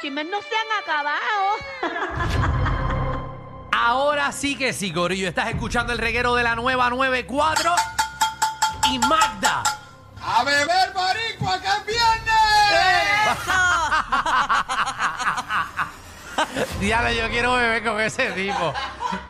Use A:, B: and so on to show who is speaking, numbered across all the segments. A: chismes no se han acabado.
B: Ahora sí que sí, Gorillo. Estás escuchando el reguero de la nueva 94 y Magda.
C: ¡A beber boricua que es viernes!
B: Diablo, yo quiero beber con ese tipo.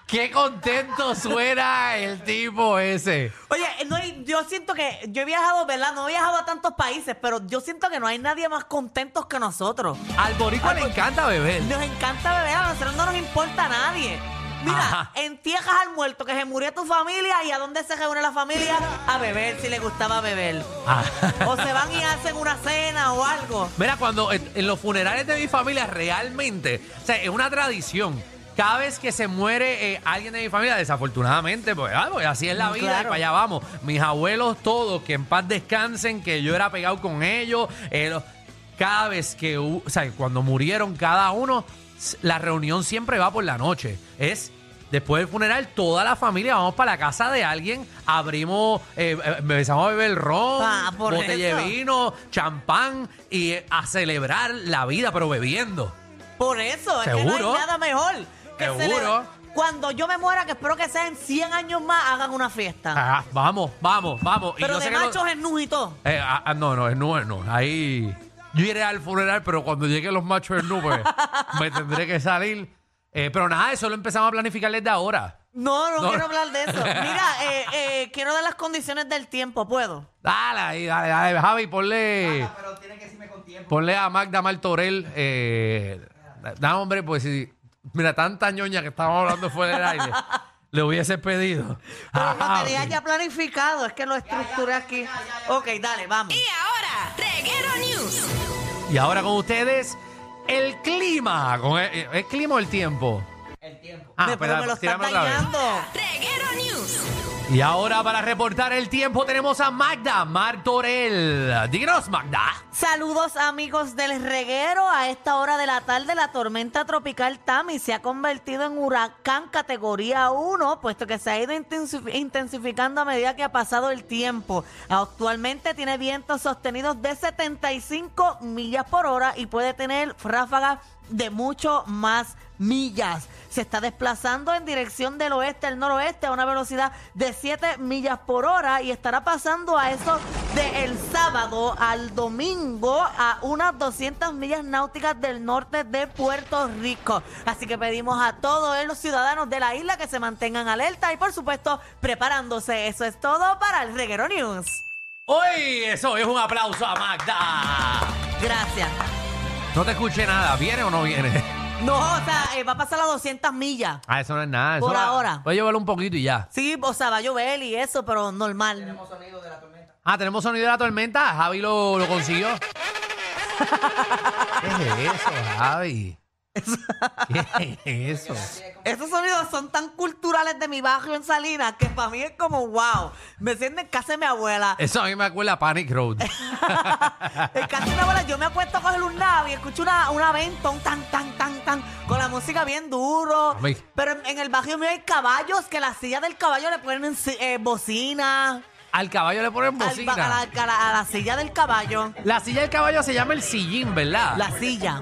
B: Qué contento suena el tipo ese.
D: Oye, no hay- yo siento que yo he viajado, ¿verdad? No he viajado a tantos países, pero yo siento que no hay nadie más contentos que nosotros.
B: Al boricua le encanta beber.
D: Nos encanta beber, a nosotros no nos importa a nadie. Mira,
B: Ajá.
D: entierras al muerto que se murió tu familia y a dónde se reúne la familia a beber si le gustaba beber.
B: Ah.
D: O se van y hacen una cena o algo.
B: Mira, cuando en, en los funerales de mi familia realmente, o sea, es una tradición. Cada vez que se muere eh, alguien de mi familia, desafortunadamente, pues, ah, pues, así es la
D: Mm,
B: vida y
D: claro.
B: para allá vamos. Mis abuelos todos, que en paz descansen, que yo era pegado con ellos. eh, lo- cada vez que, hu- o sea, cuando murieron cada uno, s- la reunión siempre va por la noche. Es después del funeral, toda la familia vamos para la casa de alguien, abrimos, eh, eh, empezamos a beber ron,
D: Ah, por
B: botella de
D: eso.
B: vino vino, champán y eh, a celebrar la vida, pero bebiendo.
D: Por eso, es que no
B: Seguro.
D: hay nada mejor. que
B: Seguro.
D: celebrar. Cuando yo me muera, que espero que sea en 100 años más, hagan una fiesta.
B: Ah, vamos, vamos, vamos. Y
D: Pero
B: yo sé
D: de
B: que lo-
D: machos en nus y todo.
B: Eh, ah, ah, no, no, es no, es no. Ahí. Yo iré al funeral, pero cuando lleguen los machos en nube, me tendré que salir. Eh, pero nada, eso lo empezamos a planificar desde ahora.
D: No, no,
B: No.
D: quiero hablar de eso. Mira, eh, eh, quiero dar las condiciones del tiempo, ¿puedo?
B: Dale, ahí, dale, dale. Javi, ponle. Ponle a Magda Martorell. Eh, da, hombre, pues si. Mira, tanta ñoña que estábamos hablando fuera del aire. le hubiese pedido.
D: Pero
B: a
D: lo tenía
B: Javi.
D: ya planificado, es que lo estructuré aquí. Ok, dale, vamos.
E: Y ahora, Reguero News.
B: Y ahora con ustedes, el clima. Con el, el- el clima o el tiempo? Ah, El tiempo.
D: Me- pero me lo están dañando.
E: Reguero News.
B: Y ahora para reportar el tiempo tenemos a Magda Martorell. Díganos, Magda.
D: Saludos amigos del reguero. A esta hora de la tarde la tormenta tropical Tami se ha convertido en huracán categoría 1, puesto que se ha ido intensi- intensificando a medida que ha pasado el tiempo. Actualmente tiene vientos sostenidos de 75 millas por hora y puede tener ráfagas de mucho más millas. Se está desplazando en dirección del oeste al noroeste a una velocidad de 7 millas por hora y estará pasando a eso de el sábado al domingo a unas 200 millas náuticas del norte de Puerto Rico. Así que pedimos a todos los ciudadanos de la isla que se mantengan alerta y por supuesto preparándose. Eso es todo para el Reguero News.
B: Hoy eso es un aplauso a Magda.
D: Gracias.
B: No te escuché nada. ¿Viene o no viene?
D: No, o sea, eh, va a pasar a 200 millas.
B: Ah, eso no es nada. eso
D: Por
B: va-
D: ahora.
B: Voy a llevarlo un poquito y ya.
D: Sí, o sea, va a llover y eso, pero normal.
B: Ah, tenemos sonido de la tormenta. Javi lo, lo consiguió. ¿Qué es eso, Javi? ¿Qué es eso?
D: Esos sonidos son tan culturales de mi barrio en Salinas que para mí es como wow. Me siento en casa de mi abuela.
B: Eso a mí me acuerda a Panic Road.
D: En casa de mi abuela yo me acuesto a coger un nave y escucho una, una ventón tan, tan, tan, tan, con la música bien duro.
B: Mami.
D: Pero en, en el barrio mío hay caballos que la silla del caballo le ponen si- eh, bocina.
B: Al caballo le ponen
D: Al
B: bocina.
D: ba- a, la, a la- a la silla del caballo.
B: La silla del caballo se llama el sillín, ¿verdad?
D: La silla.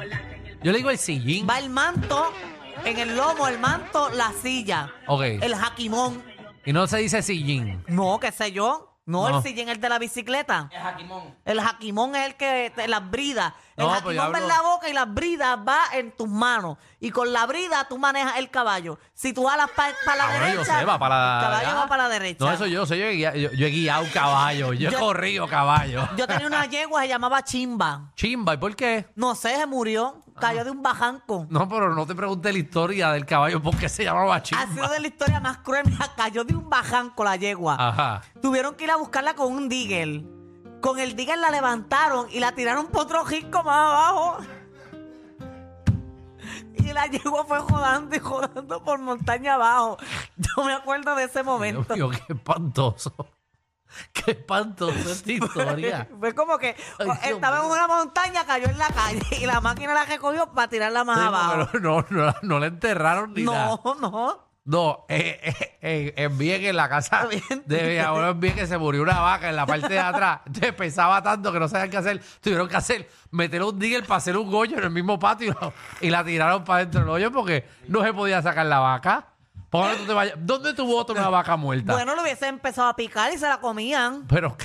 B: Yo le digo el sillín.
D: Va el manto, en el lomo, el manto, la silla.
B: Ok.
D: El jaquimón.
B: Y no se dice sillín.
D: No, qué sé yo. No,
B: No.
D: el sillín es el de la bicicleta. El jaquimón. El jaquimón es el que te- las bridas. El
B: No, pues yo
D: jaquimón va en
B: hablo-
D: la boca y las bridas va en tus manos. Y con la brida tú manejas el caballo. Si tú jalas para la
B: Ahora
D: derecha,
B: yo sé, va para la
D: el caballo
B: ¿verdad?
D: va para la derecha.
B: No, eso yo sé. Yo he guiado, yo, yo he guiado caballo. Yo, he
D: Yo-
B: corrido caballo.
D: Yo tenía una yegua, se llamaba Chimba.
B: Chimba, ¿y por qué?
D: No sé, se murió.
B: Ah.
D: Cayó de un bajanco.
B: No, pero no te pregunté la historia del caballo porque se llamaba
D: Ha sido
B: chimba.
D: Ah, de la historia más cruel. mira, Cayó de un bajanco la yegua.
B: Ajá.
D: Tuvieron que ir a buscarla con un digger. Con el digger la levantaron y la tiraron por otro risco más abajo. Y la yegua fue jodando y jodando por montaña abajo. Yo me acuerdo de ese
B: Dios
D: momento.
B: mío, qué espantoso. Qué espantoso esta historia.
D: Fue como que pues,
B: Ay, Dios
D: estaba en
B: mío.
D: una montaña, cayó en la calle y la máquina la recogió para tirarla más
B: Sí,
D: abajo.
B: pero no, no, no la enterraron ni nada.
D: No, no.
B: No, eh, eh, eh, en Vieques, en la casa de mi abuelo en Vieques, se murió una vaca en la parte de atrás. Entonces pesaba tanto que no sabían qué hacer. Tuvieron que hacer, meter un digger para hacer un goyo en el mismo patio y, lo- y la tiraron para dentro del hoyo porque no se podía sacar la vaca. ¿Por dónde tú te vayas? ¿Dónde tú botas una vaca muerta?
D: Bueno, lo hubiese empezado a picar y se la comían.
B: Pero...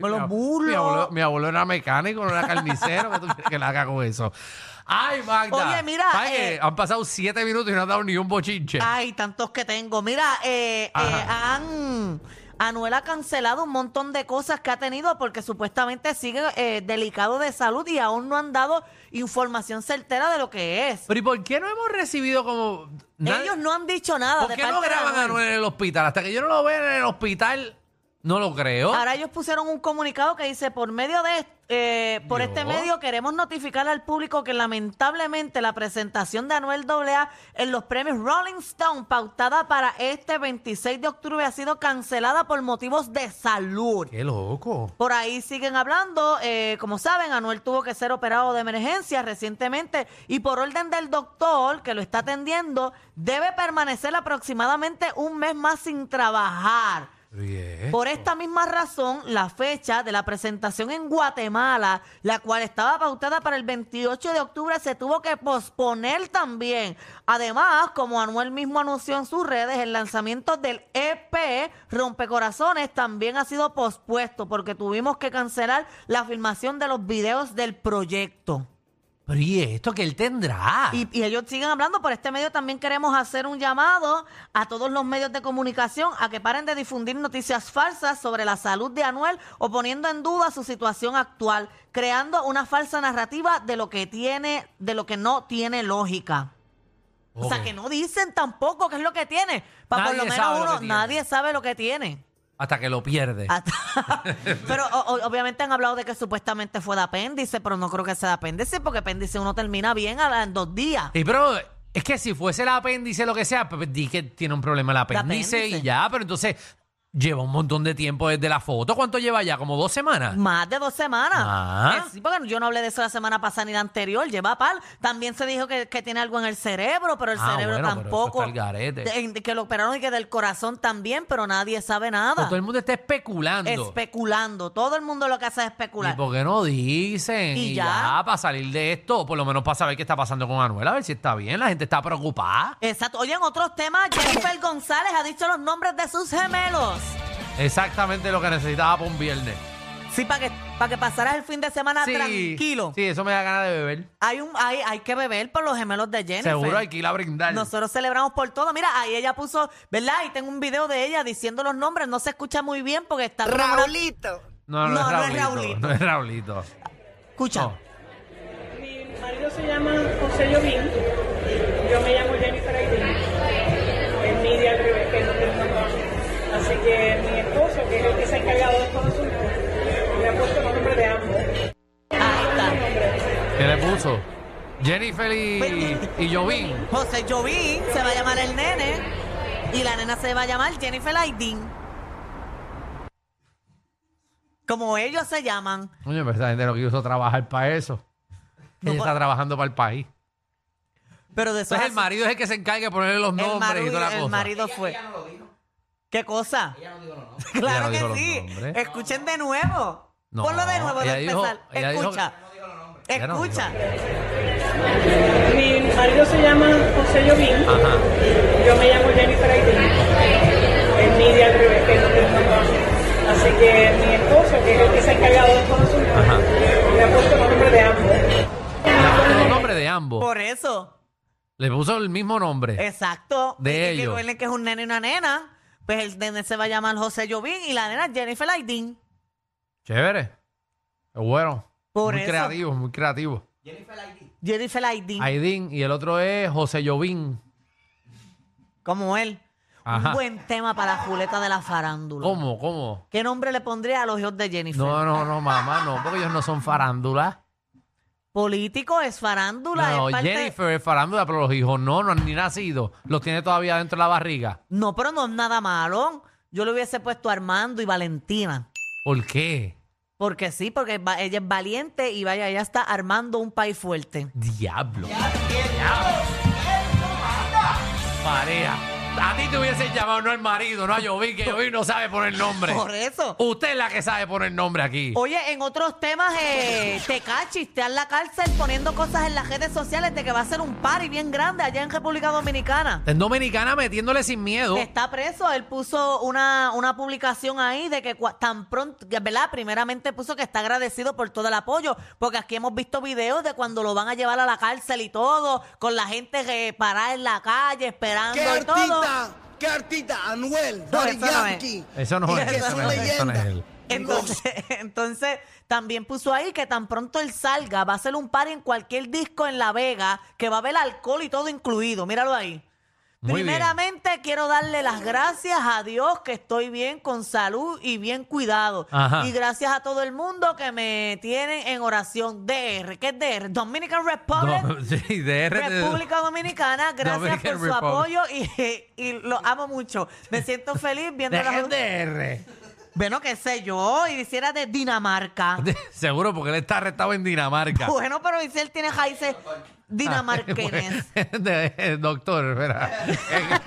D: Con los
B: Mi ab-
D: bulos.
B: Mi abuelo, mi abuelo era mecánico, no era carnicero. ¿Qué tú quieres que le haga con eso? Ay, Magda.
D: Oye, mira,
B: ¿Sabes
D: eh,
B: qué? han pasado siete minutos y no han dado ni un bochinche.
D: Ay, tantos que tengo. Mira, eh, eh,
B: Ajá.
D: han. Anuel ha cancelado un montón de cosas que ha tenido porque supuestamente sigue eh, delicado de salud y aún no han dado información certera de lo que es.
B: Pero ¿y por qué no hemos recibido como... Pues, nadie-
D: Ellos no han dicho nada.
B: ¿Por
D: de
B: qué no
D: parte de
B: graban a Anuel en el hospital? Hasta que yo no lo vea en el hospital, no lo creo.
D: Ahora ellos pusieron un comunicado que dice, por medio de eh, por
B: Yo.
D: este medio queremos notificar al público que lamentablemente la presentación de Anuel AA en los premios Rolling Stone pautada para este 26 de octubre ha sido cancelada por motivos de salud.
B: Qué loco.
D: Por ahí siguen hablando, eh, como saben, Anuel tuvo que ser operado de emergencia recientemente y por orden del doctor que lo está atendiendo, debe permanecer aproximadamente un mes más sin trabajar.
B: Bien.
D: Por esta misma razón, la fecha de la presentación en Guatemala, la cual estaba pautada para el 28 de octubre, se tuvo que posponer también. Además, como Anuel mismo anunció en sus redes, el lanzamiento del EP Rompecorazones también ha sido pospuesto porque tuvimos que cancelar la filmación de los videos del proyecto.
B: Pero ¿y esto que él tendrá?
D: Y, y ellos siguen hablando. Por este medio también queremos hacer un llamado a todos los medios de comunicación a que paren de difundir noticias falsas sobre la salud de Anuel o poniendo en duda su situación actual, creando una falsa narrativa de lo que tiene, de lo que no tiene lógica. O sea,
B: Ok.
D: que no dicen tampoco qué es lo que tiene. Para por
B: Nadie
D: lo menos
B: sabe lo que
D: uno,
B: tiene.
D: nadie sabe lo que tiene.
B: Hasta que lo pierde.
D: Hasta- pero o- o- obviamente han hablado de que supuestamente fue de apéndice, pero no creo que sea de apéndice porque apéndice uno termina bien a la- en dos días.
B: Y pero es que si fuese el apéndice lo que sea, pues, di que tiene un problema el apéndice,
D: apéndice.
B: y ya, pero entonces lleva un montón de tiempo desde la foto. ¿Cuánto lleva ya? ¿Como dos semanas?
D: Más de dos semanas.
B: Ah.
D: Eh, sí, porque yo no hablé de eso la semana pasada ni la anterior. Lleva par. También se dijo que, que tiene algo en el cerebro, pero el
B: Ah,
D: cerebro
B: bueno, pero eso está
D: tampoco.
B: al garete.
D: De- en- que lo operaron y que del corazón también, pero nadie sabe
B: Pues
D: nada.
B: todo el mundo está especulando.
D: Especulando. Todo el mundo lo que hace es
B: ¿Y
D: especular.
B: por qué no dicen?
D: Y
B: Y,
D: ya.
B: ya? para salir de esto, por lo menos para saber qué está pasando con Anuel, a ver si está bien. La gente está preocupada.
D: Exacto. Oye, en otros temas, Jennifer González ha dicho los nombres de sus gemelos.
B: Exactamente lo que necesitaba para un viernes.
D: Sí, para que, para que pasaras el fin de semana tranquilo.
B: Sí, eso me da ganas de beber.
D: Hay, un, hay, hay que beber por los gemelos de Jennifer.
B: Seguro hay que ir a brindar.
D: Nosotros celebramos por todo. Mira, ahí ella puso, ¿verdad? Y tengo un video de ella diciendo los nombres. No se escucha muy bien porque está.
E: Raulito.
B: no, no,
D: no, no es
B: es Raulito.
D: Raulito.
B: No es Raulito.
D: Escucha.
B: No.
F: Mi marido se llama José Llovín, yo me llamo Jennifer Aydin, es Nidia al revés, que es donde mamá. Así que mi esposo, que es el que se ha encargado de estos asuntos, le ha puesto los nombres de ambos.
D: Ahí
B: ¿Qué le puso? Jennifer y,
D: Pues,
B: y Jovín.
D: está. José Jovín se va a llamar el nene. Y la nena se va a llamar Jennifer Aydin. Como ellos se llaman.
B: Oye, pero esa gente lo que hizo trabajar para eso.
D: No,
B: Ella
D: pa-
B: está trabajando para el país.
D: Pero
B: Entonces
D: de esos
B: Pues el marido es el que se encarga de ponerle los
D: asu- el
B: nombres y
D: marido,
B: toda la
D: el
B: cosa.
D: marido fue. ¿Qué cosa?
B: Ella
D: Claro
B: no dijo
D: que
B: los
D: sí.
B: nombres.
D: Escuchen de nuevo.
B: No,
D: Ponlo de nuevo
B: ella
D: de
B: dijo-
D: empezar.
B: ella dijo-
D: Escucha.
B: Ella no dijo.
D: Escucha.
F: Mi marido se llama José Llovín,
B: Ajá.
F: yo me llamo Jennifer Aydin, es Nidia al revés, que es donde mamá. Así que mi esposo, que es el que se ha encargado de estos asuntos,
B: Ajá.
F: le ha puesto los nombres de ambos.
B: Le puso los nombres de ambos.
D: Por eso.
B: Le puso el mismo nombre.
D: Exacto.
B: De
D: Y que-
B: ellos.
D: Que, recuerden que es un nene y una nena. Pues el nene se va a llamar José Jovín y la nena Jennifer Aydin.
B: Chévere. Es bueno.
D: Por
B: muy
D: eso.
B: creativo, muy creativo.
D: Jennifer Aydin,
B: Aidín y el otro es José Llovín.
D: como él.
B: Ajá.
D: Un buen tema para la juleta de la farándula.
B: ¿Cómo? ¿Cómo?
D: ¿Qué nombre le pondría a los hijos de Jennifer?
B: No, no, no, mamá, no, porque ellos no son farándulas.
D: Político es farándula.
B: No,
D: es parte-
B: Jennifer es farándula, pero los hijos no, no han ni nacido. Los tiene todavía dentro de la barriga.
D: No, pero no es nada malo. Yo le hubiese puesto Armando y Valentina.
B: ¿Por qué?
D: Porque sí, porque va- ella es valiente y vaya, ella está armando un país fuerte.
B: Diablo. Diablo. Marea. A ti te hubiesen llamado, no al marido, no a Jovín, que Jovín no sabe poner nombre.
D: Por eso.
B: Usted es la que sabe poner nombre aquí.
D: Oye, en otros temas, eh, Tecachi está en la cárcel poniendo cosas en las redes sociales de que va a ser un party bien grande allá en República Dominicana.
B: En Dominicana metiéndole sin miedo.
D: Está preso, él puso una, una publicación ahí de que cua- tan pronto, ¿verdad? Primeramente puso que está agradecido por todo el apoyo, porque aquí hemos visto videos de cuando lo van a llevar a la cárcel y todo, con la gente que parada en la calle esperando
G: ¿Qué
D: y todo.
G: artista? ¿Qué artista? Anuel, Daddy
D: eso no es.
G: Yankee.
B: Eso no
G: Y
B: es,
G: que
B: eso
G: son
B: no es, eso no es
G: leyendas.
B: él.
D: Entonces, entonces, también puso ahí que tan pronto él salga, va a ser un party en cualquier disco en La Vega, que va a haber alcohol y todo incluido. Míralo ahí.
B: Muy bien.
D: Primeramente, quiero darle las gracias a Dios que estoy bien, con salud y bien cuidado.
B: Ajá.
D: Y gracias a todo el mundo que me tienen en oración. DR, ¿qué es DR? Dominican Republic.
B: No, sí, de RT.
D: República Dominicana, gracias
B: Dominican
D: por su
B: Republic.
D: apoyo y, y lo amo mucho. Me siento feliz viendo las
B: Dejen de R.
D: bueno, qué sé yo, y si era de Dinamarca.
B: Seguro, porque él está arrestado en Dinamarca.
D: Bueno, pero y si él tiene raíces dinamarquenes.
B: Pues, Ah, De- eh, Doctor, espera.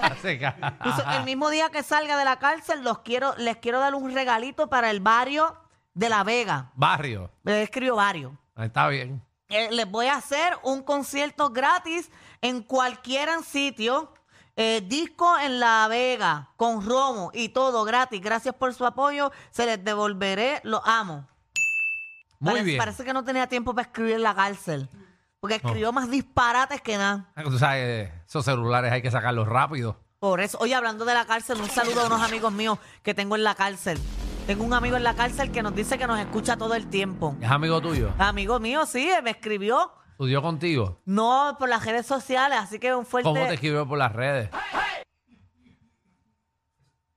B: Hace ca-
D: Puso, el mismo día que salga de la cárcel, los quiero, les quiero dar un regalito para el barrio de La Vega.
B: Barrio.
D: Le escribió barrio.
B: Ah, Está bien.
D: Eh, les voy a hacer un concierto gratis en cualquier sitio. eh, disco en La Vega, con Romo y todo gratis. Gracias por su apoyo. Se les devolveré. Los amo.
B: Muy
D: parece,
B: bien. Oh.
D: Parece que no tenía tiempo para escribir en la cárcel. Porque escribió más disparates que nada.
B: Tú sabes, esos celulares hay que sacarlos rápido.
D: Por eso, oye, hablando de la cárcel, un saludo a unos amigos míos que tengo en la cárcel. Tengo un amigo en la cárcel que nos dice que nos escucha todo el tiempo.
B: Es amigo tuyo.
D: Amigo mío, sí, eh, me escribió.
B: Estudió contigo.
D: No, por las redes sociales, así que un fuerte...
B: ¿Cómo te escribió por las redes?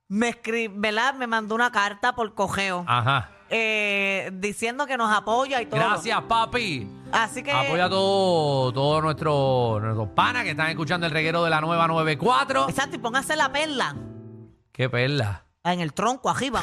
D: Me escri- ¿verdad? Me mandó una carta por cogeo.
B: Ajá.
D: eh, diciendo que nos apoya y todo.
B: Gracias, papi.
D: Así que...
B: Apoya a todo- todos nuestros nuestros panas que están escuchando el reguero de la nueva 94.
D: Exacto, y póngase la perla
B: Qué perla.
D: en el tronco, arriba.